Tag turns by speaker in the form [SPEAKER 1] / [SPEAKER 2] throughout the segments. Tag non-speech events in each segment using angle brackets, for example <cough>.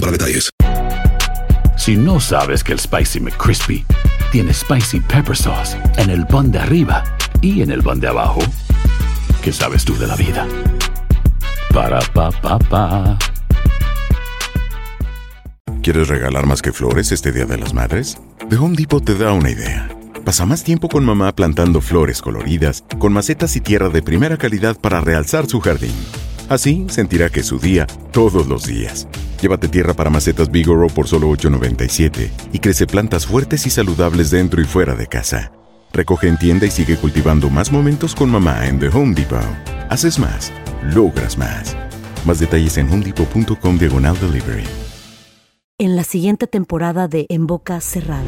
[SPEAKER 1] para detalles.
[SPEAKER 2] Si no sabes que el Spicy McCrispy tiene Spicy Pepper Sauce en el pan de arriba y en el pan de abajo, ¿qué sabes tú de la vida? Para, pa, pa, pa.
[SPEAKER 3] ¿Quieres regalar más que flores este Día de las Madres? The Home Depot te da una idea. Pasa más tiempo con mamá plantando flores coloridas, con macetas y tierra de primera calidad para realzar su jardín. Así sentirá que es su día todos los días. Llévate tierra para macetas Bigoro por solo $8.97 y crece plantas fuertes y saludables dentro y fuera de casa. Recoge en tienda y sigue cultivando más momentos con mamá en The Home Depot. Haces más, logras más. Más detalles en homedepot.com diagonal delivery.
[SPEAKER 4] en la siguiente temporada de En Boca Cerrada.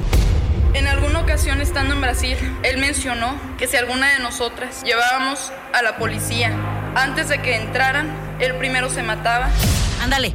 [SPEAKER 5] En alguna ocasión estando en Brasil, él mencionó que si alguna de nosotras llevábamos a la policía antes de que entraran, él primero se mataba.
[SPEAKER 4] Ándale,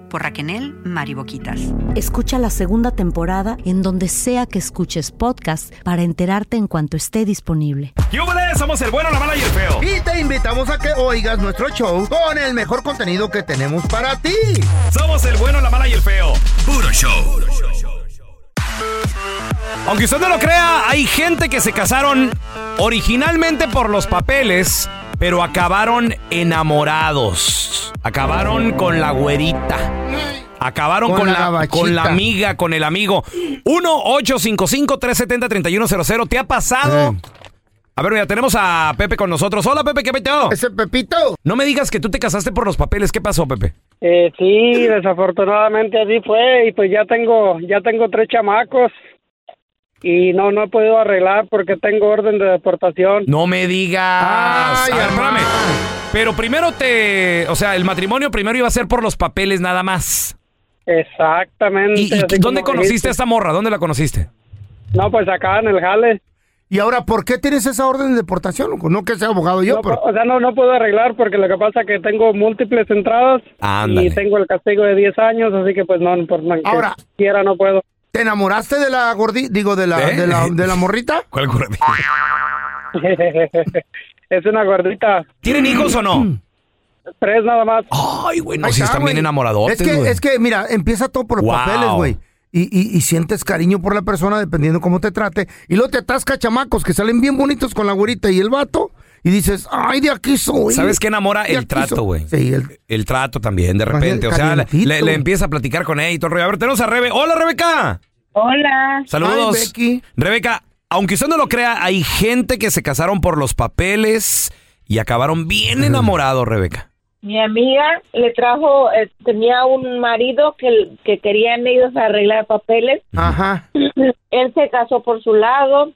[SPEAKER 6] por Raquenel Mariboquitas.
[SPEAKER 4] Escucha la segunda temporada en donde sea que escuches podcast para enterarte en cuanto esté disponible.
[SPEAKER 7] ¡Yúbales! Somos el bueno, la mala y el feo.
[SPEAKER 8] Y te invitamos a que oigas nuestro show con el mejor contenido que tenemos para ti.
[SPEAKER 7] Somos el bueno, la mala y el feo. Puro show. Aunque usted no lo crea, hay gente que se casaron originalmente por los papeles, pero acabaron enamorados. Acabaron con la güerita. Acabaron
[SPEAKER 8] Con
[SPEAKER 7] con,
[SPEAKER 8] la
[SPEAKER 7] la,
[SPEAKER 8] gabachita.
[SPEAKER 7] con la amiga, con el amigo. 1-855-370-3100. ¿Te ha pasado? A ver, mira, tenemos a Pepe con nosotros. Hola, Pepe, ¿qué peteo?
[SPEAKER 8] Ese Pepito.
[SPEAKER 7] No me digas que tú te casaste por los papeles. ¿Qué pasó, Pepe?
[SPEAKER 9] Eh, sí, desafortunadamente así fue y pues ya tengo ya tengo tres chamacos y no no he podido arreglar porque tengo orden de deportación.
[SPEAKER 7] No me digas.
[SPEAKER 8] Ay,
[SPEAKER 7] a ver,
[SPEAKER 8] mamá.
[SPEAKER 7] Ah, espérame. Pero primero te. O sea, el matrimonio primero iba a ser por los papeles nada más.
[SPEAKER 9] Exactamente.
[SPEAKER 7] ¿Y, y
[SPEAKER 9] así
[SPEAKER 7] dónde
[SPEAKER 9] como
[SPEAKER 7] conociste a
[SPEAKER 9] dijiste.
[SPEAKER 7] esta morra? ¿Dónde la conociste?
[SPEAKER 9] No, pues acá en el jale.
[SPEAKER 8] Y ahora, ¿por qué tienes esa orden de deportación? loco? No que sea abogado yo,
[SPEAKER 9] No,
[SPEAKER 8] pero...
[SPEAKER 9] O sea, no no puedo arreglar porque lo que pasa es que tengo múltiples entradas
[SPEAKER 7] Ándale.
[SPEAKER 9] y tengo el castigo de 10 años, así que pues no por más que
[SPEAKER 8] Ahora.
[SPEAKER 9] quiera no puedo.
[SPEAKER 8] ¿Te enamoraste de la gordi... Digo, de la,
[SPEAKER 7] ¿Eh?
[SPEAKER 8] de la, de la morrita?
[SPEAKER 7] ¿Cuál gordi-
[SPEAKER 9] <laughs> es una gordita,
[SPEAKER 8] Mm.
[SPEAKER 7] ¿Tienen hijos o no?
[SPEAKER 9] tres nada más.
[SPEAKER 7] Ay, güey, Ah, no,
[SPEAKER 8] Ahí
[SPEAKER 7] si
[SPEAKER 8] está,
[SPEAKER 7] están
[SPEAKER 8] güey.
[SPEAKER 7] bien enamorados.
[SPEAKER 8] Es que, es que, mira, empieza todo por los
[SPEAKER 7] Wow.
[SPEAKER 8] papeles, güey. Y, y, y sientes cariño por la persona dependiendo cómo te trate. Y luego te atasca chamacos que salen bien bonitos con la güerita y el vato. Y dices, ay, de aquí soy.
[SPEAKER 7] ¿Sabes qué enamora?
[SPEAKER 8] De
[SPEAKER 7] El
[SPEAKER 8] aquí
[SPEAKER 7] trato,
[SPEAKER 8] soy.
[SPEAKER 7] güey.
[SPEAKER 8] Sí, el...
[SPEAKER 7] El trato también, de repente. O sea, le,
[SPEAKER 8] Calientito.
[SPEAKER 7] le- le empieza a platicar con ella y todo el rollo. A ver, tenemos a Rebe. ¡Hola, Rebeca!
[SPEAKER 10] Hola.
[SPEAKER 7] Saludos.
[SPEAKER 8] Ay, Becky.
[SPEAKER 7] Rebeca, aunque usted no lo crea, hay gente que se casaron por los papeles y acabaron bien enamorados, Rebeca.
[SPEAKER 10] Mi amiga le trajo, eh, tenía un marido que, que querían ellos arreglar papeles.
[SPEAKER 8] Ajá.
[SPEAKER 10] Él se casó por su lado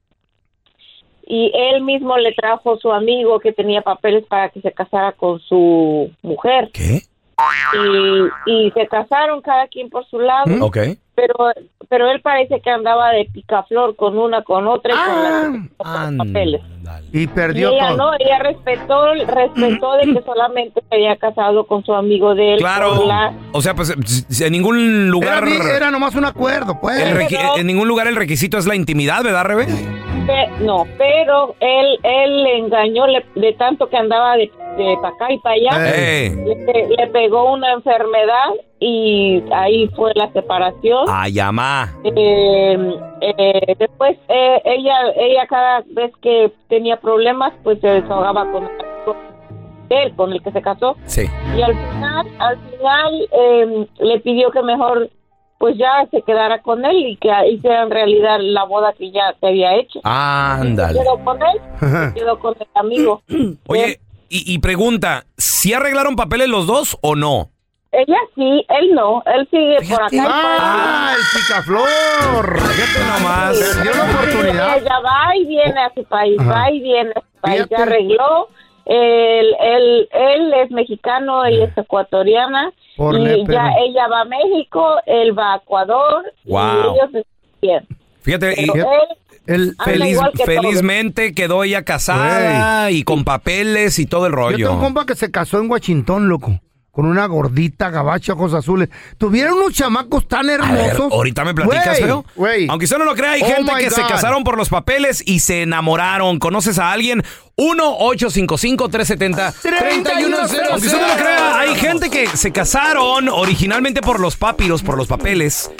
[SPEAKER 10] y él mismo le trajo su amigo que tenía papeles para que se casara con su mujer.
[SPEAKER 7] ¿Qué?
[SPEAKER 10] Y, y se casaron cada quien por su lado,
[SPEAKER 7] Ok.
[SPEAKER 10] pero pero él parece que andaba de picaflor con una, con otra y con la que se casó por
[SPEAKER 7] Ándale.
[SPEAKER 10] papeles.
[SPEAKER 8] Ah, Y
[SPEAKER 10] Y
[SPEAKER 8] perdió
[SPEAKER 10] ella
[SPEAKER 8] todo. Mm-hmm.
[SPEAKER 10] no, ella respetó, respetó de que solamente se había casado con su amigo de él.
[SPEAKER 7] Claro.
[SPEAKER 10] por la-
[SPEAKER 7] O sea, pues s- s- en ningún
[SPEAKER 8] Era,
[SPEAKER 7] lugar.
[SPEAKER 8] mi- era nomás un acuerdo, pues.
[SPEAKER 7] el requi-
[SPEAKER 10] Pero-
[SPEAKER 7] En ningún lugar el requisito es la intimidad, ¿verdad, Rebe?
[SPEAKER 10] pe- no, pero él, él le engañó le- de tanto que andaba de, para acá y para allá.
[SPEAKER 7] Eh.
[SPEAKER 10] Le, pe- le pegó una enfermedad y ahí fue la separación.
[SPEAKER 7] Ay, amá.
[SPEAKER 10] Eh, eh, después eh, ella ella cada vez que tenía problemas pues se desahogaba con el amigo de él con el que se casó
[SPEAKER 7] Sí.
[SPEAKER 10] y al final, al final eh, le pidió que mejor pues ya se quedara con él y que hicieran realidad la boda que ya se había hecho.
[SPEAKER 7] Ándale.
[SPEAKER 10] Quedó con él,
[SPEAKER 8] Ajá.
[SPEAKER 10] quedó con el amigo.
[SPEAKER 7] Oye, y, y pregunta: ¿si arreglaron papeles los dos o no?
[SPEAKER 10] Ella sí, él no, él sigue por acá.
[SPEAKER 8] ¡Ah, el picaflor! Fíjate nomás. Perdió la oportunidad.
[SPEAKER 10] Ella va y viene a su país,
[SPEAKER 8] Ajá.
[SPEAKER 10] va y viene a su país,
[SPEAKER 8] Fíjate.
[SPEAKER 10] ya arregló. Él, él, él es mexicano, ella es ecuatoriana.
[SPEAKER 7] Por
[SPEAKER 10] y
[SPEAKER 7] le-
[SPEAKER 10] ya
[SPEAKER 7] pero-
[SPEAKER 10] ella va a México, él va a Ecuador.
[SPEAKER 7] Wow.
[SPEAKER 10] Y ellos se bien.
[SPEAKER 7] Fíjate, y-
[SPEAKER 10] Pero él anda
[SPEAKER 7] feliz-
[SPEAKER 10] igual que
[SPEAKER 7] felizmente quedó ella casada y con
[SPEAKER 10] eh,
[SPEAKER 7] papeles y todo el
[SPEAKER 8] Yo tengo un
[SPEAKER 7] rollo.
[SPEAKER 8] compa que se casó en Washington, loco. Con una gordita, gabacha, ojos azules. Tuvieron unos chamacos tan
[SPEAKER 7] Pero
[SPEAKER 8] hermosos.
[SPEAKER 7] ahorita me platicas,
[SPEAKER 8] Güey,
[SPEAKER 7] pero
[SPEAKER 8] güey.
[SPEAKER 7] aunque usted no lo crea, hay
[SPEAKER 8] Oh
[SPEAKER 7] gente
[SPEAKER 8] my
[SPEAKER 7] que se
[SPEAKER 8] God.
[SPEAKER 7] casaron por los papeles y se enamoraron. ¿Conoces a alguien? 1-855-370-3100. Aunque usted no lo crea, hay gente que se casaron originalmente por los papiros, por los papeles,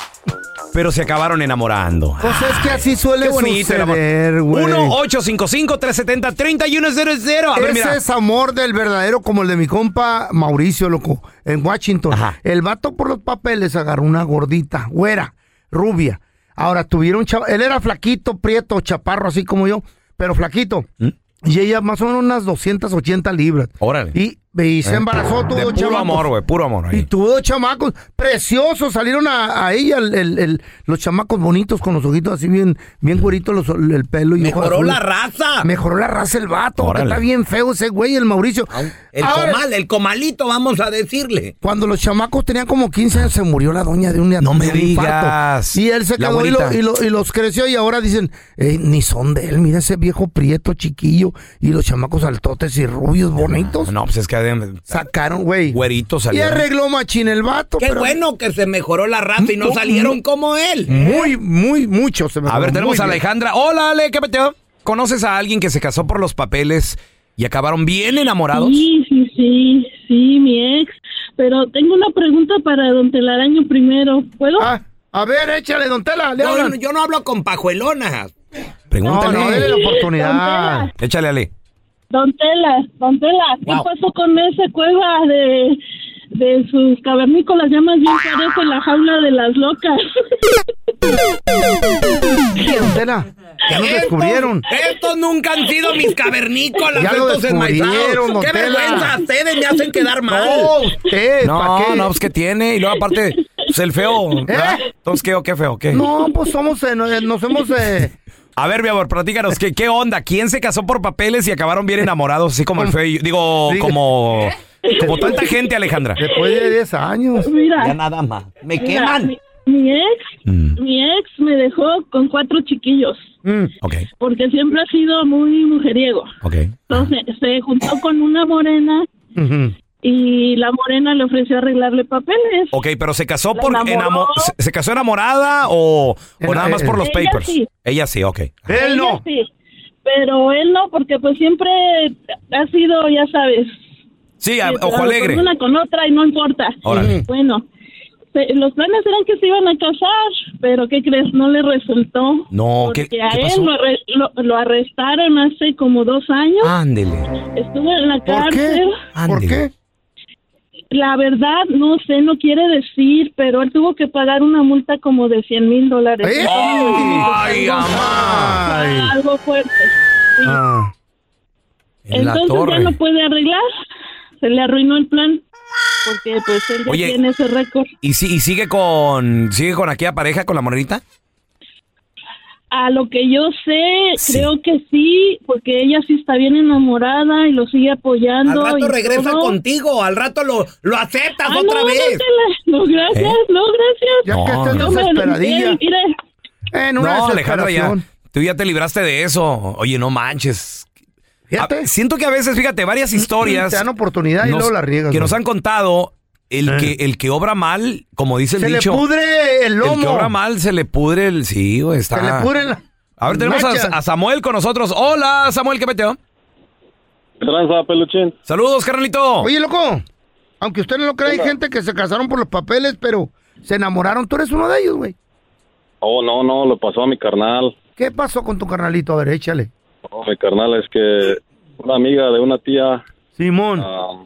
[SPEAKER 7] pero se acabaron enamorando.
[SPEAKER 8] Pues es que así suele
[SPEAKER 7] Qué bonito el amor.
[SPEAKER 8] suceder, güey.
[SPEAKER 7] 1-855-370-3100. A ver,
[SPEAKER 8] Ese
[SPEAKER 7] mira.
[SPEAKER 8] es amor del verdadero, como el de mi compa Mauricio, loco, en Washington. El vato por los papeles agarró una gordita, güera, rubia. Ahora tuvieron, chava- él era flaquito, prieto, chaparro, así como yo, pero flaquito.
[SPEAKER 7] ¿Mm?
[SPEAKER 8] Y ella más o menos unas 280 libras.
[SPEAKER 7] Órale. Eh,
[SPEAKER 8] Y, y se embarazó, tuvo
[SPEAKER 7] De
[SPEAKER 8] dos
[SPEAKER 7] puro
[SPEAKER 8] chamacos.
[SPEAKER 7] amor, güey, puro amor. ahí.
[SPEAKER 8] Y tuvo dos chamacos preciosos, salieron a, a ella el- el- el- los chamacos bonitos con los ojitos así bien, bien güeritos, los- el pelo y ojos
[SPEAKER 11] Mejoró
[SPEAKER 8] azules.
[SPEAKER 11] la
[SPEAKER 7] Ah.
[SPEAKER 11] raza.
[SPEAKER 8] Mejoró la raza el vato, que
[SPEAKER 11] Órale.
[SPEAKER 8] está bien feo ese güey, el Mauricio.
[SPEAKER 7] Ah,
[SPEAKER 11] El
[SPEAKER 8] Ahora,
[SPEAKER 11] comal, el comalito, vamos a decirle.
[SPEAKER 8] Cuando los chamacos tenían como 15 años, se murió la doña de un No
[SPEAKER 7] me digas.
[SPEAKER 8] Y él se
[SPEAKER 7] La
[SPEAKER 8] quedó y, lo-
[SPEAKER 7] güerita.
[SPEAKER 8] y lo- y los creció y ahora dicen, "Ey, ni son de él, mira ese viejo prieto chiquillo y los chamacos altotes y rubios bonitos.
[SPEAKER 7] No, pues es que adem-
[SPEAKER 8] Sacaron, güey.
[SPEAKER 7] Güerito
[SPEAKER 8] y
[SPEAKER 7] salieron.
[SPEAKER 8] arregló machín el vato.
[SPEAKER 11] Qué
[SPEAKER 8] pero-
[SPEAKER 11] bueno que se mejoró la raza y no
[SPEAKER 8] Mu-
[SPEAKER 11] salieron
[SPEAKER 8] mu-
[SPEAKER 11] como él.
[SPEAKER 8] Muy, muy, mucho se me
[SPEAKER 7] A ver, tenemos a
[SPEAKER 8] Alejandro
[SPEAKER 7] Alejandra. Hola, Ale, ¿qué peteo? ¿Conoces a alguien que se casó por los papeles y acabaron bien enamorados?
[SPEAKER 12] Sí, sí, sí, sí, mi ex. Pero tengo una pregunta para don Telaraño primero. ¿Puedo?
[SPEAKER 8] Ah, a ver, échale, don Tela.
[SPEAKER 11] No, yo no- yo no hablo con pajuelonas.
[SPEAKER 7] Pregúntale. Ah,
[SPEAKER 8] No, no, dele la oportunidad.
[SPEAKER 7] Échale, Ale.
[SPEAKER 12] Don Tela, don Tela, ¿qué
[SPEAKER 7] Wow.
[SPEAKER 12] pasó con esa cueva de, de sus cavernícolas llamas bien caretas en la jaula de las locas?
[SPEAKER 8] Don Tela, ya lo descubrieron.
[SPEAKER 11] Estos nunca han sido mis cavernícolas,
[SPEAKER 8] <laughs> Ya lo
[SPEAKER 11] estos
[SPEAKER 8] descubrieron,
[SPEAKER 11] enmaizados.
[SPEAKER 8] don
[SPEAKER 11] Qué
[SPEAKER 8] Tela.
[SPEAKER 11] vergüenza, ustedes me hacen quedar mal.
[SPEAKER 8] No, usted,
[SPEAKER 7] No,
[SPEAKER 8] ¿para qué? ¿Eh?
[SPEAKER 7] no, pues que tiene. Y luego, aparte, pues el
[SPEAKER 8] <laughs>
[SPEAKER 7] feo. ¿verdad? Entonces, ¿qué, o qué feo? ¿Qué?
[SPEAKER 8] No, pues somos, eh, no- eh, nos hemos... eh,
[SPEAKER 7] A ver, mi amor, platícanos, ¿qué, ¿qué onda? ¿Quién se casó por papeles y acabaron bien enamorados? Así como el feo. y- digo,
[SPEAKER 8] Sí.
[SPEAKER 7] como, como tanta gente, Alejandra.
[SPEAKER 8] después de 10 años.
[SPEAKER 12] Mira,
[SPEAKER 11] nada más. Me
[SPEAKER 12] mira, mi, mi ex,
[SPEAKER 7] Mm,
[SPEAKER 12] mi ex me dejó con cuatro chiquillos
[SPEAKER 8] Mm,
[SPEAKER 7] Ok,
[SPEAKER 12] porque siempre ha sido muy mujeriego.
[SPEAKER 7] ok.
[SPEAKER 12] Entonces se juntó con una morena y la morena le ofreció arreglarle papeles.
[SPEAKER 7] Ok, pero ¿se casó por
[SPEAKER 12] La
[SPEAKER 7] enamo-
[SPEAKER 12] enamoró.
[SPEAKER 7] se, se casó enamorada o, o nada más por los
[SPEAKER 12] Ella
[SPEAKER 7] papers?
[SPEAKER 12] sí.
[SPEAKER 7] Ella sí, ok.
[SPEAKER 8] Él no.
[SPEAKER 12] Sí, pero él no, porque pues siempre ha sido, ya sabes,
[SPEAKER 7] Sí, a-
[SPEAKER 12] eh,
[SPEAKER 7] ojo alegre.
[SPEAKER 12] con una con otra y no importa.
[SPEAKER 7] Órale.
[SPEAKER 12] Bueno, se- los planes eran que se iban a casar, pero ¿qué crees? No le resultó.
[SPEAKER 7] No, ¿qué,
[SPEAKER 12] Porque
[SPEAKER 7] qué
[SPEAKER 12] a él
[SPEAKER 7] pasó?
[SPEAKER 12] lo, arre- lo- lo arrestaron hace como dos años.
[SPEAKER 7] Ándele.
[SPEAKER 12] Estuvo en la
[SPEAKER 8] ¿Por qué?
[SPEAKER 12] cárcel.
[SPEAKER 8] ¿Por
[SPEAKER 7] ándele.
[SPEAKER 8] qué?
[SPEAKER 12] La verdad, no sé, no quiere decir, pero él tuvo que pagar una multa como de 100 mil dólares.
[SPEAKER 8] ¡Eh!
[SPEAKER 7] ¡Ay, mamá!
[SPEAKER 8] Ay.
[SPEAKER 12] Algo fuerte. Sí.
[SPEAKER 8] Ah.
[SPEAKER 7] En la
[SPEAKER 12] Entonces
[SPEAKER 7] torre.
[SPEAKER 12] ya no puede arreglar. Se le arruinó el plan. Porque pues él ya
[SPEAKER 7] Oye.
[SPEAKER 12] tiene ese récord.
[SPEAKER 7] ¿Y, si, ¿Y sigue con sigue con aquella pareja, con la morenita?
[SPEAKER 12] A lo que yo sé,
[SPEAKER 7] Sí.
[SPEAKER 12] creo que sí, porque ella sí está bien enamorada y lo sigue
[SPEAKER 11] Al
[SPEAKER 12] apoyando.
[SPEAKER 11] rato
[SPEAKER 12] y
[SPEAKER 11] regresa
[SPEAKER 12] todo.
[SPEAKER 11] contigo, al rato lo, lo aceptas
[SPEAKER 12] Ah,
[SPEAKER 11] otra
[SPEAKER 12] no,
[SPEAKER 11] vez.
[SPEAKER 12] No, Tela, no, gracias,
[SPEAKER 7] ¿Eh?
[SPEAKER 12] no, gracias.
[SPEAKER 8] Ya
[SPEAKER 7] No,
[SPEAKER 8] que estás
[SPEAKER 7] no.
[SPEAKER 12] Yo me-
[SPEAKER 8] desesperadilla.
[SPEAKER 12] mire, mire,
[SPEAKER 8] En una
[SPEAKER 7] No, Alejandra, ya.
[SPEAKER 8] desesperación.
[SPEAKER 7] Tú ya te libraste de eso. Oye, no manches.
[SPEAKER 8] Fíjate. Mm,
[SPEAKER 7] Ah, siento que a veces, fíjate, varias historias.
[SPEAKER 8] Te dan oportunidad y
[SPEAKER 7] nos-
[SPEAKER 8] luego la riegas.
[SPEAKER 7] que
[SPEAKER 8] güey.
[SPEAKER 7] nos han contado el, que, el que obra mal, como dice el
[SPEAKER 8] Se
[SPEAKER 7] dicho.
[SPEAKER 8] le pudre el
[SPEAKER 7] El que
[SPEAKER 8] lomo.
[SPEAKER 7] obra Ah. mal se le pudre el. Sí, güey, está.
[SPEAKER 8] se le pudre la...
[SPEAKER 7] A ver, tenemos a,
[SPEAKER 8] Nachas.
[SPEAKER 7] a Samuel con nosotros. Hola, Samuel, ¿qué peteo?
[SPEAKER 9] Tranza, peluchín.
[SPEAKER 7] Saludos, carnalito.
[SPEAKER 8] Oye, loco, aunque usted no lo crea, hay gente que se casaron por los papeles, pero se enamoraron. Tú eres uno de ellos, güey.
[SPEAKER 9] Oh, no, no, lo pasó a mi carnal.
[SPEAKER 8] ¿Qué pasó con tu carnalito? A ver, échale.
[SPEAKER 9] Oh, mi carnal es que una amiga de una tía,
[SPEAKER 8] Simón.
[SPEAKER 9] ah,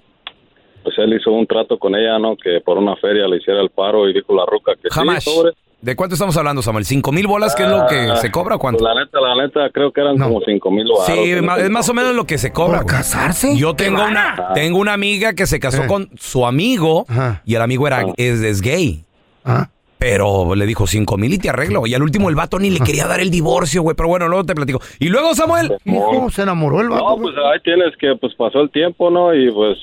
[SPEAKER 9] pues él hizo un trato con ella, ¿no? Que por una feria le hiciera el paro y dijo la ruca que
[SPEAKER 7] Jamás.
[SPEAKER 9] sí, sobre.
[SPEAKER 7] ¿De cuánto estamos hablando, Samuel? ¿Cinco mil bolas? ¿Qué es lo que
[SPEAKER 13] Ah,
[SPEAKER 7] se cobra o cuánto?
[SPEAKER 13] La neta, la neta, creo que eran como cinco mil baros.
[SPEAKER 7] Sí, ma- es más o menos lo que se cobra. ¿Para casarse? Yo tengo una, tengo una amiga que se casó con su amigo y el amigo
[SPEAKER 9] Ah.
[SPEAKER 7] era es, es gay.
[SPEAKER 8] Ah.
[SPEAKER 7] Pero le dijo cinco mil y te arreglo. Y al último el vato ni le quería dar el divorcio, güey. Pero bueno, luego te platico. Y luego, Samuel.
[SPEAKER 9] Pues
[SPEAKER 8] Hijo, se enamoró el vato.
[SPEAKER 13] No, pues ahí tienes que, pues pasó el tiempo, ¿no? Y pues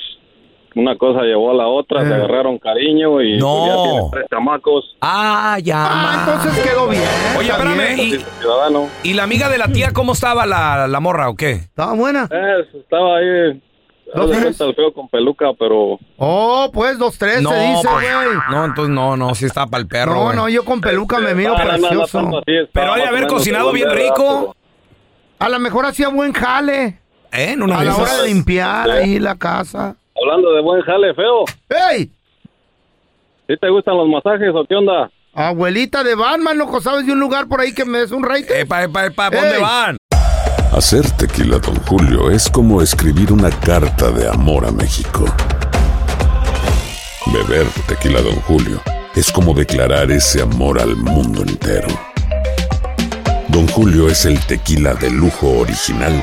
[SPEAKER 13] una cosa llevó a la otra,
[SPEAKER 8] Eh.
[SPEAKER 13] se agarraron cariño y
[SPEAKER 7] No.
[SPEAKER 13] pues, ya tienes tres chamacos.
[SPEAKER 7] Ah, ya.
[SPEAKER 8] entonces quedó bien.
[SPEAKER 7] Oye, espérame. ¿Y,
[SPEAKER 13] Ciudadano.
[SPEAKER 7] y la amiga de la tía cómo estaba la, la morra o qué?
[SPEAKER 8] Estaba buena.
[SPEAKER 13] Eh, estaba ahí. Haz de cuenta el feo con peluca, pero...
[SPEAKER 8] Oh, pues dos, tres, se dice,
[SPEAKER 7] pues,
[SPEAKER 8] güey.
[SPEAKER 7] no, entonces no, no, sí estaba para el perro.
[SPEAKER 8] No,
[SPEAKER 7] güey.
[SPEAKER 8] no, yo con peluca me miro
[SPEAKER 7] no, no, no,
[SPEAKER 8] precioso.
[SPEAKER 7] tanto así está, Pero ha de más o haber menos cocinado igual bien de edad, rico.
[SPEAKER 8] A lo mejor hacía buen jale.
[SPEAKER 7] ¿Eh? En
[SPEAKER 13] una
[SPEAKER 8] a
[SPEAKER 13] de
[SPEAKER 8] la
[SPEAKER 13] esas.
[SPEAKER 8] hora de limpiar
[SPEAKER 13] Sí.
[SPEAKER 8] ahí la casa.
[SPEAKER 13] Hablando de buen jale, feo.
[SPEAKER 8] ¡Ey!
[SPEAKER 13] ¿Sí te gustan los masajes o qué onda?
[SPEAKER 8] Abuelita de Batman, loco, ¿sabes de un lugar por ahí que me des un rey?
[SPEAKER 7] Epa, epa, epa,
[SPEAKER 8] ¿dónde
[SPEAKER 7] van?
[SPEAKER 14] Hacer tequila, Don Julio, es como escribir una carta de amor a México. Beber tequila, Don Julio, es como declarar ese amor al mundo entero. Don Julio es el tequila de lujo original,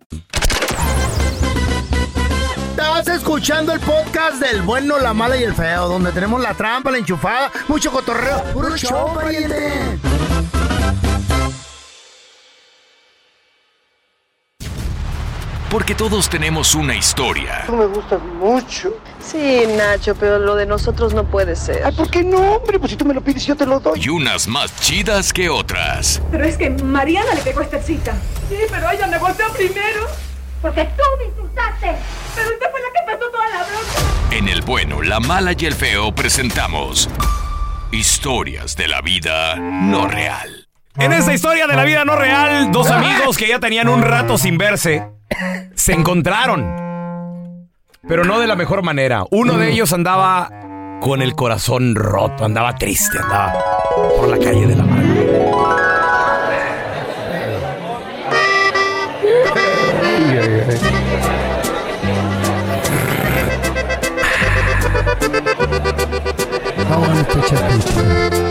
[SPEAKER 8] Estás escuchando el podcast del bueno, la mala y el feo, donde tenemos la trampa, la enchufada, mucho cotorreo. ¡Puro show, pariente!
[SPEAKER 15] Porque todos tenemos una historia.
[SPEAKER 16] Tú me gustas mucho. Sí, Nacho, pero lo de nosotros no puede ser. Ay, ¿por qué no, hombre? Pues si tú me lo pides, yo te lo doy.
[SPEAKER 15] Y unas más chidas que otras.
[SPEAKER 17] Pero es que Mariana le pegó esta cita. Sí, pero ella me golpeó primero. Porque tú me insultaste. Pero usted fue la que pasó toda la bronca.
[SPEAKER 15] En el bueno, la mala y el feo presentamos historias de la vida no real.
[SPEAKER 7] En esta historia de la vida no real, dos amigos que ya tenían un rato sin verse se encontraron. Pero no de la mejor manera. Uno de ellos andaba con el corazón roto, andaba triste, andaba por la calle de la mano.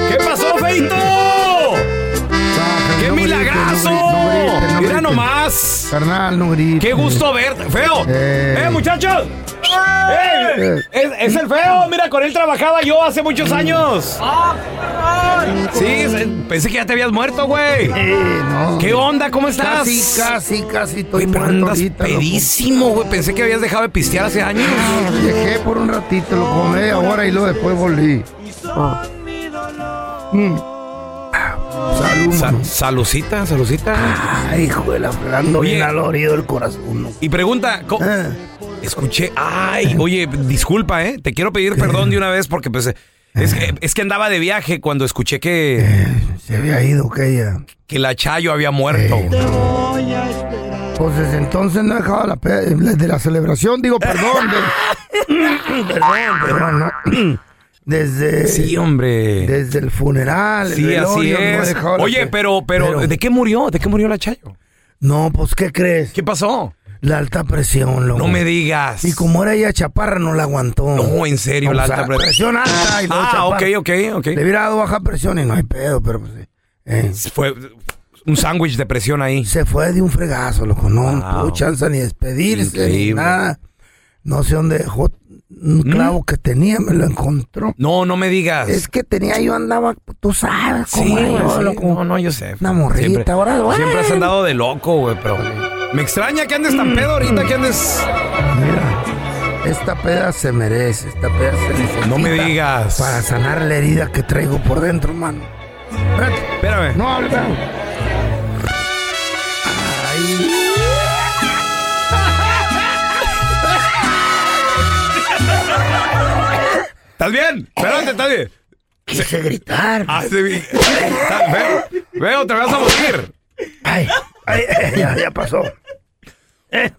[SPEAKER 7] ¿Qué pasó, Feito? ¡Qué milagrazo! Mira nomás.
[SPEAKER 8] Carnal, no grites.
[SPEAKER 7] ¡Qué gusto verte! ¡Feo! ¡Eh,
[SPEAKER 8] Eh.
[SPEAKER 7] muchachos! ¡Eh! Es, es el feo, mira, con él trabajaba yo hace muchos años.
[SPEAKER 8] Ah,
[SPEAKER 7] Sí, es- eh, pensé que ya te habías muerto, güey. ¿Qué onda? ¿Cómo estás?
[SPEAKER 8] Eh, Casi, casi, casi estoy
[SPEAKER 7] Güey, pero
[SPEAKER 8] muerto
[SPEAKER 7] andas
[SPEAKER 8] ahorita, loco. Ah,
[SPEAKER 7] pedísimo, güey. Pensé que habías dejado de pistear hace años.
[SPEAKER 8] Dejé por un ratito, lo comí ahora y luego después volví. Ah. Mm.
[SPEAKER 7] Salud, Salucita, salucita.
[SPEAKER 8] Ay, hijo de la flando,
[SPEAKER 7] Oye.
[SPEAKER 8] bien adorido el corazón. Eh,
[SPEAKER 7] Y pregunta, co-
[SPEAKER 8] Ah.
[SPEAKER 7] escuché, ay, oye, disculpa, ¿eh? Te quiero pedir perdón de una vez porque pues es que, es que andaba de viaje cuando escuché que,
[SPEAKER 8] Se había ido que ella.
[SPEAKER 7] que la Chayo había muerto.
[SPEAKER 8] Eh, Pues desde entonces no he dejado la pe- de la celebración, digo, perdón. de- <coughs>
[SPEAKER 7] <laughs>
[SPEAKER 8] perdón, perdón, no. <coughs> Desde.
[SPEAKER 7] Sí, hombre.
[SPEAKER 8] Desde el funeral. el
[SPEAKER 7] Eh, Sí, así
[SPEAKER 8] velorio, no he
[SPEAKER 7] es.
[SPEAKER 8] dejado la
[SPEAKER 7] Oye,
[SPEAKER 8] pe-
[SPEAKER 7] pero, pero, ¿de qué murió? ¿De qué murió la Chayo?
[SPEAKER 8] No, pues, ¿qué crees?
[SPEAKER 7] ¿Qué pasó?
[SPEAKER 8] La alta presión, loco.
[SPEAKER 7] No me digas.
[SPEAKER 8] Y como era ella chaparra, no la aguantó.
[SPEAKER 7] No, en serio,
[SPEAKER 8] O
[SPEAKER 7] la
[SPEAKER 8] sea,
[SPEAKER 7] alta pre-
[SPEAKER 8] presión. alta y luego
[SPEAKER 7] Ah, ok,
[SPEAKER 8] chaparra.
[SPEAKER 7] ok, ok.
[SPEAKER 8] Le hubiera dado baja presión y no hay pedo, pero pues,
[SPEAKER 7] Fue un sándwich de presión ahí.
[SPEAKER 8] Se fue de un fregazo, loco. No
[SPEAKER 7] Wow.
[SPEAKER 8] tuvo chance ni de despedirse, ni
[SPEAKER 7] Increíble. ¿Mm?
[SPEAKER 8] nada. No sé dónde dejó un clavo que tenía, me lo encontró.
[SPEAKER 7] No, no me digas.
[SPEAKER 8] Es que tenía, yo andaba, tú sabes,
[SPEAKER 7] Sí,
[SPEAKER 8] como
[SPEAKER 7] güey,
[SPEAKER 8] yo,
[SPEAKER 7] sí.
[SPEAKER 8] loco.
[SPEAKER 7] No, no, yo sé.
[SPEAKER 8] Una morrita,
[SPEAKER 7] Siempre-
[SPEAKER 8] ahora, güey. Mm.
[SPEAKER 7] Siempre has andado de loco, güey, pero. Me extraña que andes tan pedo ahorita que andes.
[SPEAKER 8] Esta peda se merece, esta peda se necesita.
[SPEAKER 7] No me digas.
[SPEAKER 8] Para sanar la herida que traigo por dentro, hermano.
[SPEAKER 7] Espérame.
[SPEAKER 8] No hables. no.
[SPEAKER 7] ¿Estás bien? Espérate, ¿estás bien?
[SPEAKER 8] Quise gritar.
[SPEAKER 7] Ah, sí, vi- Está- Veo, veo, te vas a morir.
[SPEAKER 8] Ay, eh, ya, ya pasó.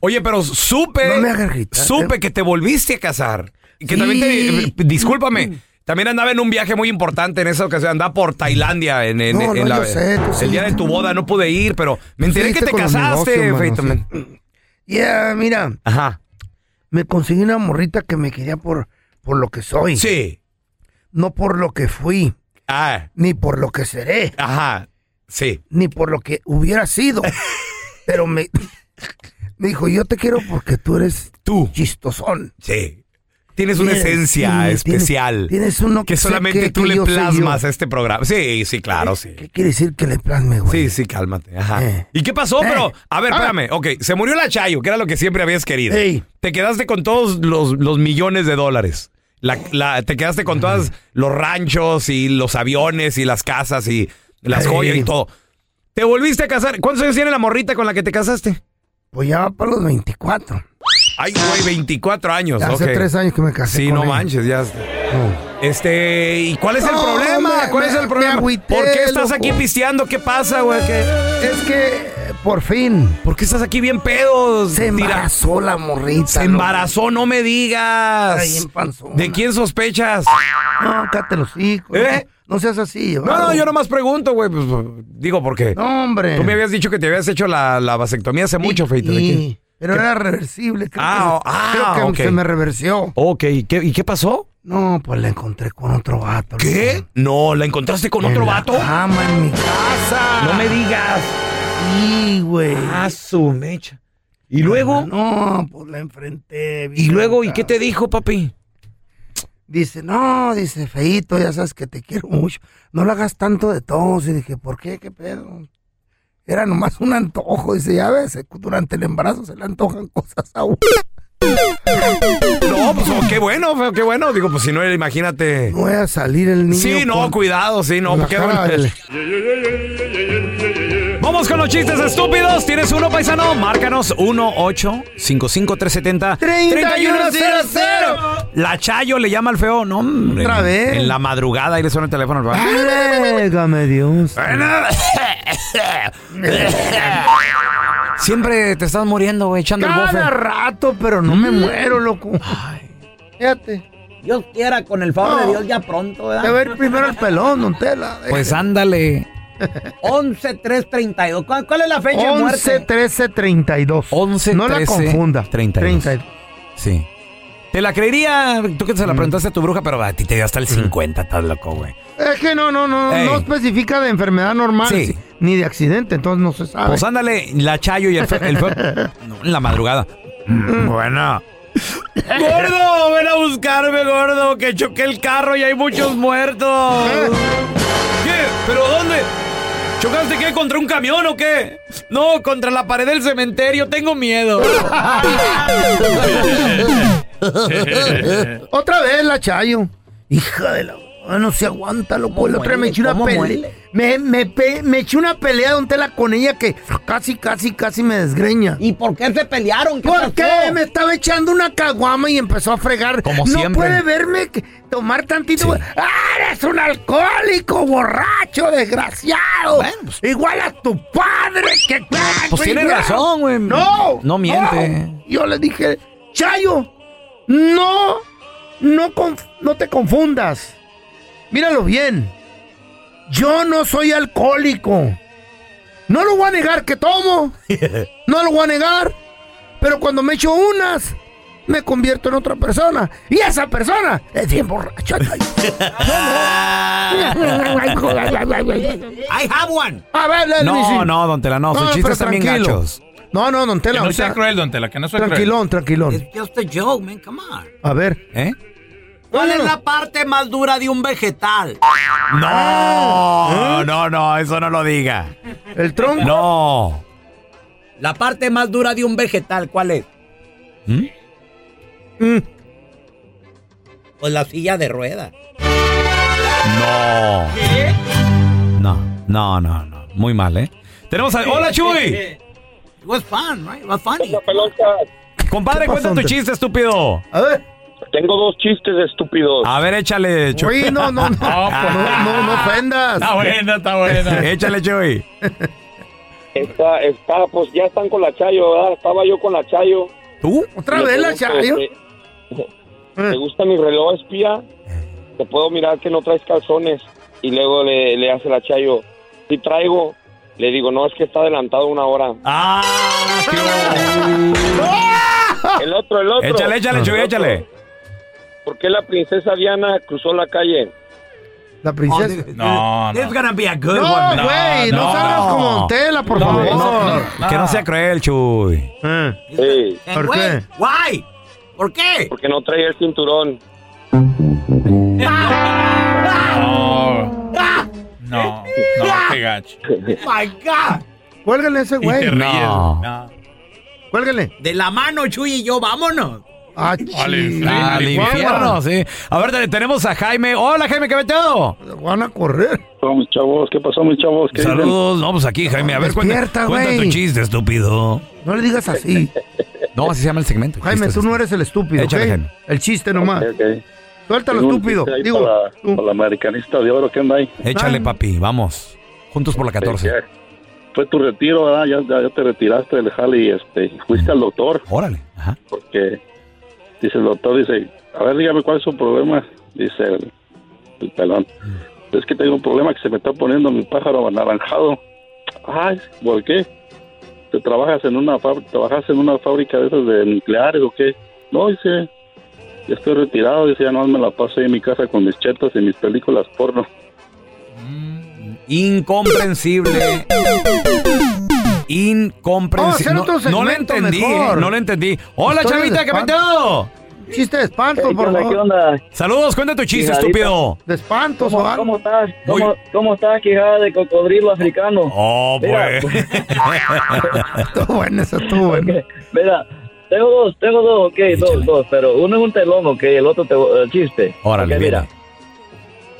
[SPEAKER 7] Oye, pero supe.
[SPEAKER 8] No me hagas gritar. ¿eh?
[SPEAKER 7] Supe que te volviste a casar. Y que
[SPEAKER 8] Sí.
[SPEAKER 7] también te. eh, Discúlpame. También andaba en un viaje muy importante en esa ocasión. Andaba por Tailandia en, en-
[SPEAKER 8] No,
[SPEAKER 7] en
[SPEAKER 8] no,
[SPEAKER 7] la-
[SPEAKER 8] yo sé, tú
[SPEAKER 7] el día de tu boda. No pude ir, pero me enteré que
[SPEAKER 8] seguiste
[SPEAKER 7] te
[SPEAKER 8] con los
[SPEAKER 7] casaste,
[SPEAKER 8] negocios, mano,
[SPEAKER 7] Feito,
[SPEAKER 8] sí.
[SPEAKER 7] man.
[SPEAKER 8] Ya, mira,
[SPEAKER 7] Ajá.
[SPEAKER 8] me conseguí una morrita que me quería por, por lo que soy.
[SPEAKER 7] Sí.
[SPEAKER 8] No por lo que fui,
[SPEAKER 7] Ah,
[SPEAKER 8] ni por lo que seré,
[SPEAKER 7] ajá. Sí.
[SPEAKER 8] ni por lo que hubiera
[SPEAKER 7] <laughs>
[SPEAKER 8] sido. Pero me, me dijo, yo te quiero porque tú eres
[SPEAKER 7] tú
[SPEAKER 8] chistosón.
[SPEAKER 7] Sí. Tienes una
[SPEAKER 8] Tienes-
[SPEAKER 7] esencia
[SPEAKER 8] sí, tienes-
[SPEAKER 7] especial.
[SPEAKER 8] tienes uno
[SPEAKER 7] que
[SPEAKER 8] que sé
[SPEAKER 7] solamente
[SPEAKER 8] que-
[SPEAKER 7] tú
[SPEAKER 8] que
[SPEAKER 7] le
[SPEAKER 8] yo soy
[SPEAKER 7] plasmas
[SPEAKER 8] yo.
[SPEAKER 7] a este programa. Sí, sí, claro, sí.
[SPEAKER 8] Quiere decir que le plasme, güey.
[SPEAKER 7] Sí, sí, cálmate. Ajá.
[SPEAKER 8] Eh.
[SPEAKER 7] ¿Y qué pasó?
[SPEAKER 8] Eh.
[SPEAKER 7] Pero, a ver,
[SPEAKER 8] Ah.
[SPEAKER 7] espérame. Ok, se murió la Chayo, que era lo que siempre habías querido.
[SPEAKER 8] Ey.
[SPEAKER 7] Te quedaste con todos los, los millones de dólares. La- la- te quedaste con todos los ranchos y los aviones y las casas y las
[SPEAKER 8] Ey.
[SPEAKER 7] joyas y todo. Te volviste a casar. ¿Cuántos años tiene la morrita con la que te casaste?
[SPEAKER 8] Pues ya va para los 24.
[SPEAKER 7] Ay, güey, 24 años.
[SPEAKER 8] Hace
[SPEAKER 7] Pues ok.
[SPEAKER 8] tres años que me casé
[SPEAKER 7] Sí,
[SPEAKER 8] con
[SPEAKER 7] no
[SPEAKER 8] ella.
[SPEAKER 7] manches, ya. Este, ¿y cuál es el
[SPEAKER 8] No,
[SPEAKER 7] problema?
[SPEAKER 8] me-
[SPEAKER 7] ¿Cuál es
[SPEAKER 8] me-
[SPEAKER 7] el problema?
[SPEAKER 8] me agüité,
[SPEAKER 7] ¿Por qué estás
[SPEAKER 8] loco.
[SPEAKER 7] aquí pisteando? ¿Qué pasa, güey? ¿Qué-
[SPEAKER 8] Es que por fin.
[SPEAKER 7] ¿Por qué estás aquí bien pedo?
[SPEAKER 8] Se embarazó la morrita.
[SPEAKER 7] Se embarazó, no me digas.
[SPEAKER 8] Ay, en panzona.
[SPEAKER 7] ¿De quién sospechas?
[SPEAKER 8] No, cállate los hijos.
[SPEAKER 7] ¿Eh?
[SPEAKER 8] No seas así,
[SPEAKER 7] No, no, yo nomás pregunto, güey. pues, digo, porque
[SPEAKER 8] No, hombre.
[SPEAKER 7] tú me habías dicho que te habías hecho la, la vasectomía hace mucho, Feito. ¿de
[SPEAKER 8] Y-
[SPEAKER 7] qué?
[SPEAKER 8] Pero era reversible. Creo
[SPEAKER 7] Ah,
[SPEAKER 8] que,
[SPEAKER 7] oh, ah,
[SPEAKER 8] creo que
[SPEAKER 7] ok.
[SPEAKER 8] se me reversió.
[SPEAKER 7] Ok, ¿y qué, y qué pasó?
[SPEAKER 8] No, pues la encontré con otro vato.
[SPEAKER 7] ¿Qué? No, ¿la encontraste con otro vato?
[SPEAKER 8] Ama en mi casa.
[SPEAKER 7] No me digas.
[SPEAKER 8] Sí, güey.
[SPEAKER 7] Ah, su mecha. ¿Y luego?
[SPEAKER 8] No, pues la enfrenté.
[SPEAKER 7] ¿Y
[SPEAKER 8] bien
[SPEAKER 7] luego? ¿Y qué
[SPEAKER 8] enojado.
[SPEAKER 7] te dijo, papi?
[SPEAKER 8] Dice, no, dice, feito, ya sabes que te quiero mucho. No lo hagas tanto de tos. Y dije, ¿por qué? ¿Qué pedo? Era nomás un antojo. Dice, ya ves, durante el embarazo se le antojan cosas a uno.
[SPEAKER 7] No, pues oh, qué bueno, feo, qué bueno. Digo, pues si no, imagínate.
[SPEAKER 8] No voy a salir el niño.
[SPEAKER 7] Sí, no,
[SPEAKER 8] con-
[SPEAKER 7] cuidado, sí, no. pues,
[SPEAKER 8] con la cara
[SPEAKER 7] qué bueno. <laughs>
[SPEAKER 8] del-
[SPEAKER 7] Vamos con los chistes estúpidos. ¿Tienes uno, paisano? Márcanos 1-855-370-3100. La Chayo le llama al feo. No, hombre.
[SPEAKER 8] Otra vez.
[SPEAKER 7] En la madrugada y le suena el teléfono al
[SPEAKER 8] <laughs>
[SPEAKER 7] feo.
[SPEAKER 8] Válgame Dios.
[SPEAKER 7] Siempre te estás muriendo, güey, echando el bofe. Mm.
[SPEAKER 8] Cada rato, pero no me muero, loco. Fíjate.
[SPEAKER 11] Dios quiera, con el favor de Dios ya pronto,
[SPEAKER 8] A
[SPEAKER 11] ¿verdad?
[SPEAKER 8] ver primero el pelón, don Tela.
[SPEAKER 7] Pues ándale.
[SPEAKER 11] 11-3-32. ¿Cuál, cuál es la fecha de
[SPEAKER 8] 11,
[SPEAKER 11] muerte?
[SPEAKER 8] 13, 32.
[SPEAKER 7] 11,
[SPEAKER 8] No la
[SPEAKER 7] 13,
[SPEAKER 8] confunda.
[SPEAKER 7] 32.
[SPEAKER 8] 32.
[SPEAKER 7] Sí. Te la creería, tú que se
[SPEAKER 8] Mm.
[SPEAKER 7] la preguntaste a tu bruja, pero a ti te dio hasta el 50, estás loco, güey.
[SPEAKER 8] Es que no, no, no,
[SPEAKER 7] Ey.
[SPEAKER 8] no especifica de enfermedad normal
[SPEAKER 7] Sí.
[SPEAKER 8] ni de accidente, entonces no se sabe.
[SPEAKER 7] Pues ándale, la Chayo y el fe- el fe- No, en la madrugada. Mm,
[SPEAKER 8] <laughs>
[SPEAKER 7] Bueno. ¡Gordo! ¡Ven a buscarme, gordo! ¡Que choqué el carro y hay muchos
[SPEAKER 8] <laughs>
[SPEAKER 7] muertos! ¿Qué? ¿Pero dónde? ¿Chocaste qué? ¿Contra un camión o qué? No, contra la pared del cementerio. Tengo
[SPEAKER 8] <laughs>
[SPEAKER 7] miedo.
[SPEAKER 8] Otra vez la Chayo. Hija de la. Ah, No se aguanta, loco. El otro día me eché una
[SPEAKER 11] ¿Cómo
[SPEAKER 8] pelea.
[SPEAKER 11] muele?
[SPEAKER 8] Me, me, pe- me eché una pelea de un tela con ella que casi, casi, casi me desgreña.
[SPEAKER 11] <laughs> ¿Y por qué se pelearon? ¿Qué
[SPEAKER 8] ¿Por qué?
[SPEAKER 11] pasó?
[SPEAKER 8] Me estaba echando una caguama y empezó a fregar.
[SPEAKER 7] Como
[SPEAKER 8] no
[SPEAKER 7] siempre.
[SPEAKER 8] puede verme que- tomar tantito. güey. ¡Ah, eres un alcohólico, borracho, desgraciado!
[SPEAKER 7] Bueno, pues-
[SPEAKER 8] Igual a tu padre que...
[SPEAKER 7] Pues tiene razón, güey.
[SPEAKER 8] ah, No.
[SPEAKER 7] No miente.
[SPEAKER 8] no. Yo le dije, Chayo, no, no, conf- no te confundas. Míralo bien. Yo no soy alcohólico. No lo voy a negar que
[SPEAKER 7] <laughs>
[SPEAKER 8] tomo. No lo voy a negar. Pero cuando me echo unas, me convierto en otra persona. Y esa persona es bien
[SPEAKER 7] <laughs>
[SPEAKER 8] borracha. <laughs>
[SPEAKER 7] I have one.
[SPEAKER 8] A ver,
[SPEAKER 7] No,
[SPEAKER 8] Luisín.
[SPEAKER 7] no, don Tela, no. <laughs>
[SPEAKER 8] No,
[SPEAKER 7] Sus
[SPEAKER 8] pero
[SPEAKER 7] chistes están bien
[SPEAKER 8] tranquilo.
[SPEAKER 7] gachos.
[SPEAKER 8] No, no, don
[SPEAKER 18] Que
[SPEAKER 8] Tela.
[SPEAKER 18] no
[SPEAKER 8] ahorita-
[SPEAKER 18] sea cruel, don Tela, que no sea
[SPEAKER 8] tranquilón, tranquilón.
[SPEAKER 11] Just a joke, man, come on.
[SPEAKER 8] A ver.
[SPEAKER 7] ¿Eh?
[SPEAKER 11] ¿Cuál es la parte más dura de un vegetal?
[SPEAKER 7] No, no, no, eso no lo diga.
[SPEAKER 8] ¿El tronco?
[SPEAKER 7] No.
[SPEAKER 11] La parte más dura de un vegetal, ¿cuál es? Mm.
[SPEAKER 7] ¿Mm?
[SPEAKER 11] Pues la silla de ruedas.
[SPEAKER 7] No. No, no, no, no. Muy mal, ¿eh? Tenemos a... ¡Hola, Chuy!
[SPEAKER 11] It was fun, right? It was funny.
[SPEAKER 7] Compadre,
[SPEAKER 11] ¿Qué pasó,
[SPEAKER 7] cuenta tu
[SPEAKER 11] hombre?
[SPEAKER 7] chiste, estúpido.
[SPEAKER 8] A ver.
[SPEAKER 13] Tengo dos chistes estúpidos.
[SPEAKER 7] A ver, échale, Chuy.
[SPEAKER 8] Uy,
[SPEAKER 7] <laughs>
[SPEAKER 8] no, no, no.
[SPEAKER 7] Ah,
[SPEAKER 8] No, no ofendas.
[SPEAKER 7] Está buena,
[SPEAKER 11] <laughs>
[SPEAKER 13] está buena.
[SPEAKER 7] échale, Chuy.
[SPEAKER 13] Está, está, pues ya están con la Chayo, ¿verdad? Estaba yo con la Chayo. este,
[SPEAKER 7] ¿Tú?
[SPEAKER 8] ¿Otra
[SPEAKER 13] Le
[SPEAKER 8] vez la
[SPEAKER 13] pregunto,
[SPEAKER 8] Chayo?
[SPEAKER 13] ¿Te, te gusta mi reloj espía? Te puedo mirar que no traes calzones. Y luego le, le hace la Chayo, si traigo. Le digo, no, es que está adelantado una hora.
[SPEAKER 7] ¡Ah!
[SPEAKER 8] Ah.
[SPEAKER 13] El otro, el otro.
[SPEAKER 7] Échale, échale, Chuy,
[SPEAKER 13] El otro.
[SPEAKER 7] échale.
[SPEAKER 13] ¿Por qué la princesa Diana cruzó la calle?
[SPEAKER 8] La princesa.
[SPEAKER 7] No,
[SPEAKER 11] It's gonna be a good
[SPEAKER 8] No,
[SPEAKER 11] one. man.
[SPEAKER 7] Ah,
[SPEAKER 8] güey, no, salgas como Don Tela, por favor. Eh.
[SPEAKER 7] Que no sea cruel, Chuy.
[SPEAKER 13] Sí.
[SPEAKER 11] And wait, Why? ¿Por qué?
[SPEAKER 13] Porque no traía el cinturón.
[SPEAKER 18] No,
[SPEAKER 11] Ah,
[SPEAKER 18] no, no, qué gacho.
[SPEAKER 11] my God.
[SPEAKER 8] Cuélgale a ese
[SPEAKER 18] Y te
[SPEAKER 8] güey.
[SPEAKER 18] ríes. No.
[SPEAKER 8] Cuélgale.
[SPEAKER 11] De la mano, Chuy y yo, vámonos.
[SPEAKER 8] Ah,
[SPEAKER 7] Al
[SPEAKER 8] chis.
[SPEAKER 7] infierno, al infierno, sí. A ver, te- tenemos a Jaime. Hola, Jaime, ¿qué veteo?
[SPEAKER 8] Van a correr.
[SPEAKER 19] Vamos, chavos, ¿qué pasó, mis chavos? ¿Qué dicen?
[SPEAKER 7] Saludos. No, pues aquí, Jaime. A ver, cuenta,
[SPEAKER 8] Despierta,
[SPEAKER 7] cuenta
[SPEAKER 8] güey.
[SPEAKER 7] tu chiste, estúpido.
[SPEAKER 8] No le digas así.
[SPEAKER 7] No, así se llama el segmento.
[SPEAKER 8] Jaime,
[SPEAKER 7] Chistes.
[SPEAKER 8] tú no eres el estúpido,
[SPEAKER 7] Échale,
[SPEAKER 8] ¿ok?
[SPEAKER 7] Jaime.
[SPEAKER 8] El chiste nomás.
[SPEAKER 19] Ok, ok.
[SPEAKER 8] Suéltalo,
[SPEAKER 19] Tengo un
[SPEAKER 8] estúpido.
[SPEAKER 19] chiste ahí
[SPEAKER 8] Digo,
[SPEAKER 19] para, para la americanista de oro, ¿qué onda ahí? Eh,
[SPEAKER 7] Échale, papi, vamos. Juntos por la 14.
[SPEAKER 19] Fue tu retiro, ¿verdad? Ya, ya- ya te retiraste del jale y este, y fuiste al doctor.
[SPEAKER 7] Órale.
[SPEAKER 19] Porque dice el doctor, dice, a ver, dígame cuál es su problema. Dice el, el pelón. Es que tengo un problema que se me está poniendo mi pájaro anaranjado. Ay, ¿por qué? ¿Te trabajas en una fab- trabajas en una fábrica de esas de nucleares o qué? No, dice, ya estoy retirado, dice, ya no me la paso ahí en mi casa con mis chetas y mis películas porno.
[SPEAKER 7] Incomprensible.
[SPEAKER 8] Vamos a hacer
[SPEAKER 7] Incomprensible.
[SPEAKER 8] otro
[SPEAKER 7] No, no le
[SPEAKER 8] segmento
[SPEAKER 7] entendí,
[SPEAKER 8] mejor.
[SPEAKER 7] eh, no le entendí. Hola,
[SPEAKER 8] Historias
[SPEAKER 7] chavita,
[SPEAKER 8] de
[SPEAKER 7] ¿qué
[SPEAKER 8] espanto.
[SPEAKER 7] peteo?
[SPEAKER 8] Chiste de espanto,
[SPEAKER 7] Ey, ¿qué
[SPEAKER 8] por
[SPEAKER 7] onda,
[SPEAKER 8] favor.
[SPEAKER 7] qué onda? Saludos, cuenta tu chiste,
[SPEAKER 8] Hijadita.
[SPEAKER 7] estúpido.
[SPEAKER 8] De espanto,
[SPEAKER 20] ¿Cómo,
[SPEAKER 8] Sobar.
[SPEAKER 20] cómo estás? ¿Cómo, ¿Cómo estás, quijada de cocodrilo africano?
[SPEAKER 7] Oh,
[SPEAKER 20] Mira.
[SPEAKER 7] pues.
[SPEAKER 20] <laughs>
[SPEAKER 8] Estuvo bueno, eso estuvo bueno.
[SPEAKER 20] Mira, tengo dos, tengo dos, ok, dos, dos, pero uno es un telón, ok, el otro te, el chiste.
[SPEAKER 7] Órale,
[SPEAKER 20] Ok,
[SPEAKER 7] viene.
[SPEAKER 20] mira.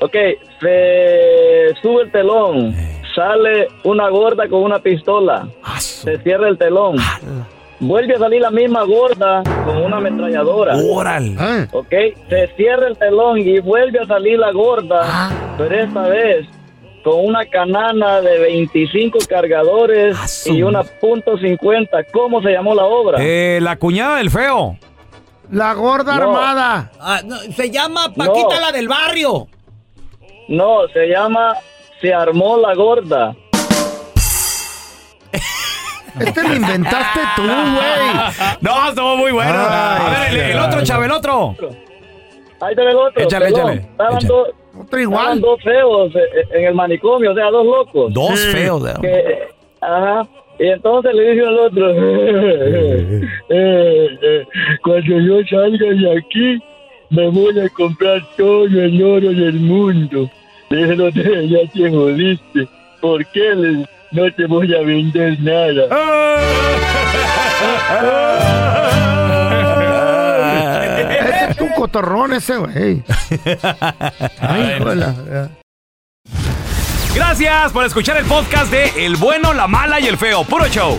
[SPEAKER 20] Ok, se sube el telón,
[SPEAKER 8] Eh.
[SPEAKER 20] sale una gorda con una pistola,
[SPEAKER 7] Ah,
[SPEAKER 20] se cierra el telón,
[SPEAKER 8] Ah.
[SPEAKER 20] vuelve a salir la misma gorda con una ametralladora.
[SPEAKER 8] Oh,
[SPEAKER 7] Órale.
[SPEAKER 20] Ok, se cierra el telón y vuelve a salir la gorda, pero esta vez con una canana de 25 cargadores y una punto .50. ¿Cómo se llamó la obra?
[SPEAKER 7] Eh, la cuñada del feo.
[SPEAKER 8] La gorda
[SPEAKER 20] No.
[SPEAKER 8] armada.
[SPEAKER 11] Ah, no, se llama Paquita
[SPEAKER 20] No.
[SPEAKER 11] la del barrio.
[SPEAKER 20] No, se llama Se armó la gorda.
[SPEAKER 8] Este lo inventaste tú, güey.
[SPEAKER 7] <laughs> No, estuvo muy bueno. a ver, el, el otro, chavo, el otro.
[SPEAKER 20] Ahí tenés otro.
[SPEAKER 7] Échale,
[SPEAKER 20] pelón.
[SPEAKER 7] échale,
[SPEAKER 20] Estaban dos. estaban dos feos eh, en el manicomio, o sea, dos locos.
[SPEAKER 7] Dos feos, eh.
[SPEAKER 20] Que- ajá. Y entonces le dice al otro, <laughs> eh, eh, cuando yo salga de aquí, me voy a comprar todo el oro del mundo. Le dije, "No <laughs> te- ya te jodiste, ¿por qué le- no te voy a vender nada?
[SPEAKER 7] <laughs>
[SPEAKER 8] Ese es tu cotorrón, ese, güey. Ay, hola.
[SPEAKER 7] Gracias por escuchar el podcast de El bueno, la mala y el feo. Puro show.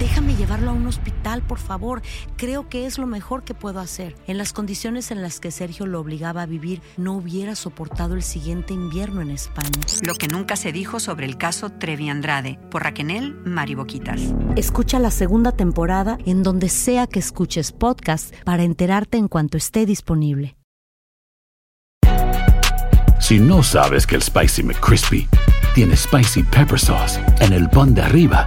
[SPEAKER 4] Déjame llevarlo a un hospital, por favor. Creo que es lo mejor que puedo hacer. En las condiciones en las que Sergio lo obligaba a vivir, no hubiera soportado el siguiente invierno en España.
[SPEAKER 6] Lo que nunca se dijo sobre el caso Trevi Andrade por Raquel Mariboquitas.
[SPEAKER 4] Escucha la segunda temporada en donde sea que escuches podcast para enterarte en cuanto esté disponible.
[SPEAKER 2] Si no sabes que el Spicy McCrispy tiene Spicy Pepper Sauce en el pan de arriba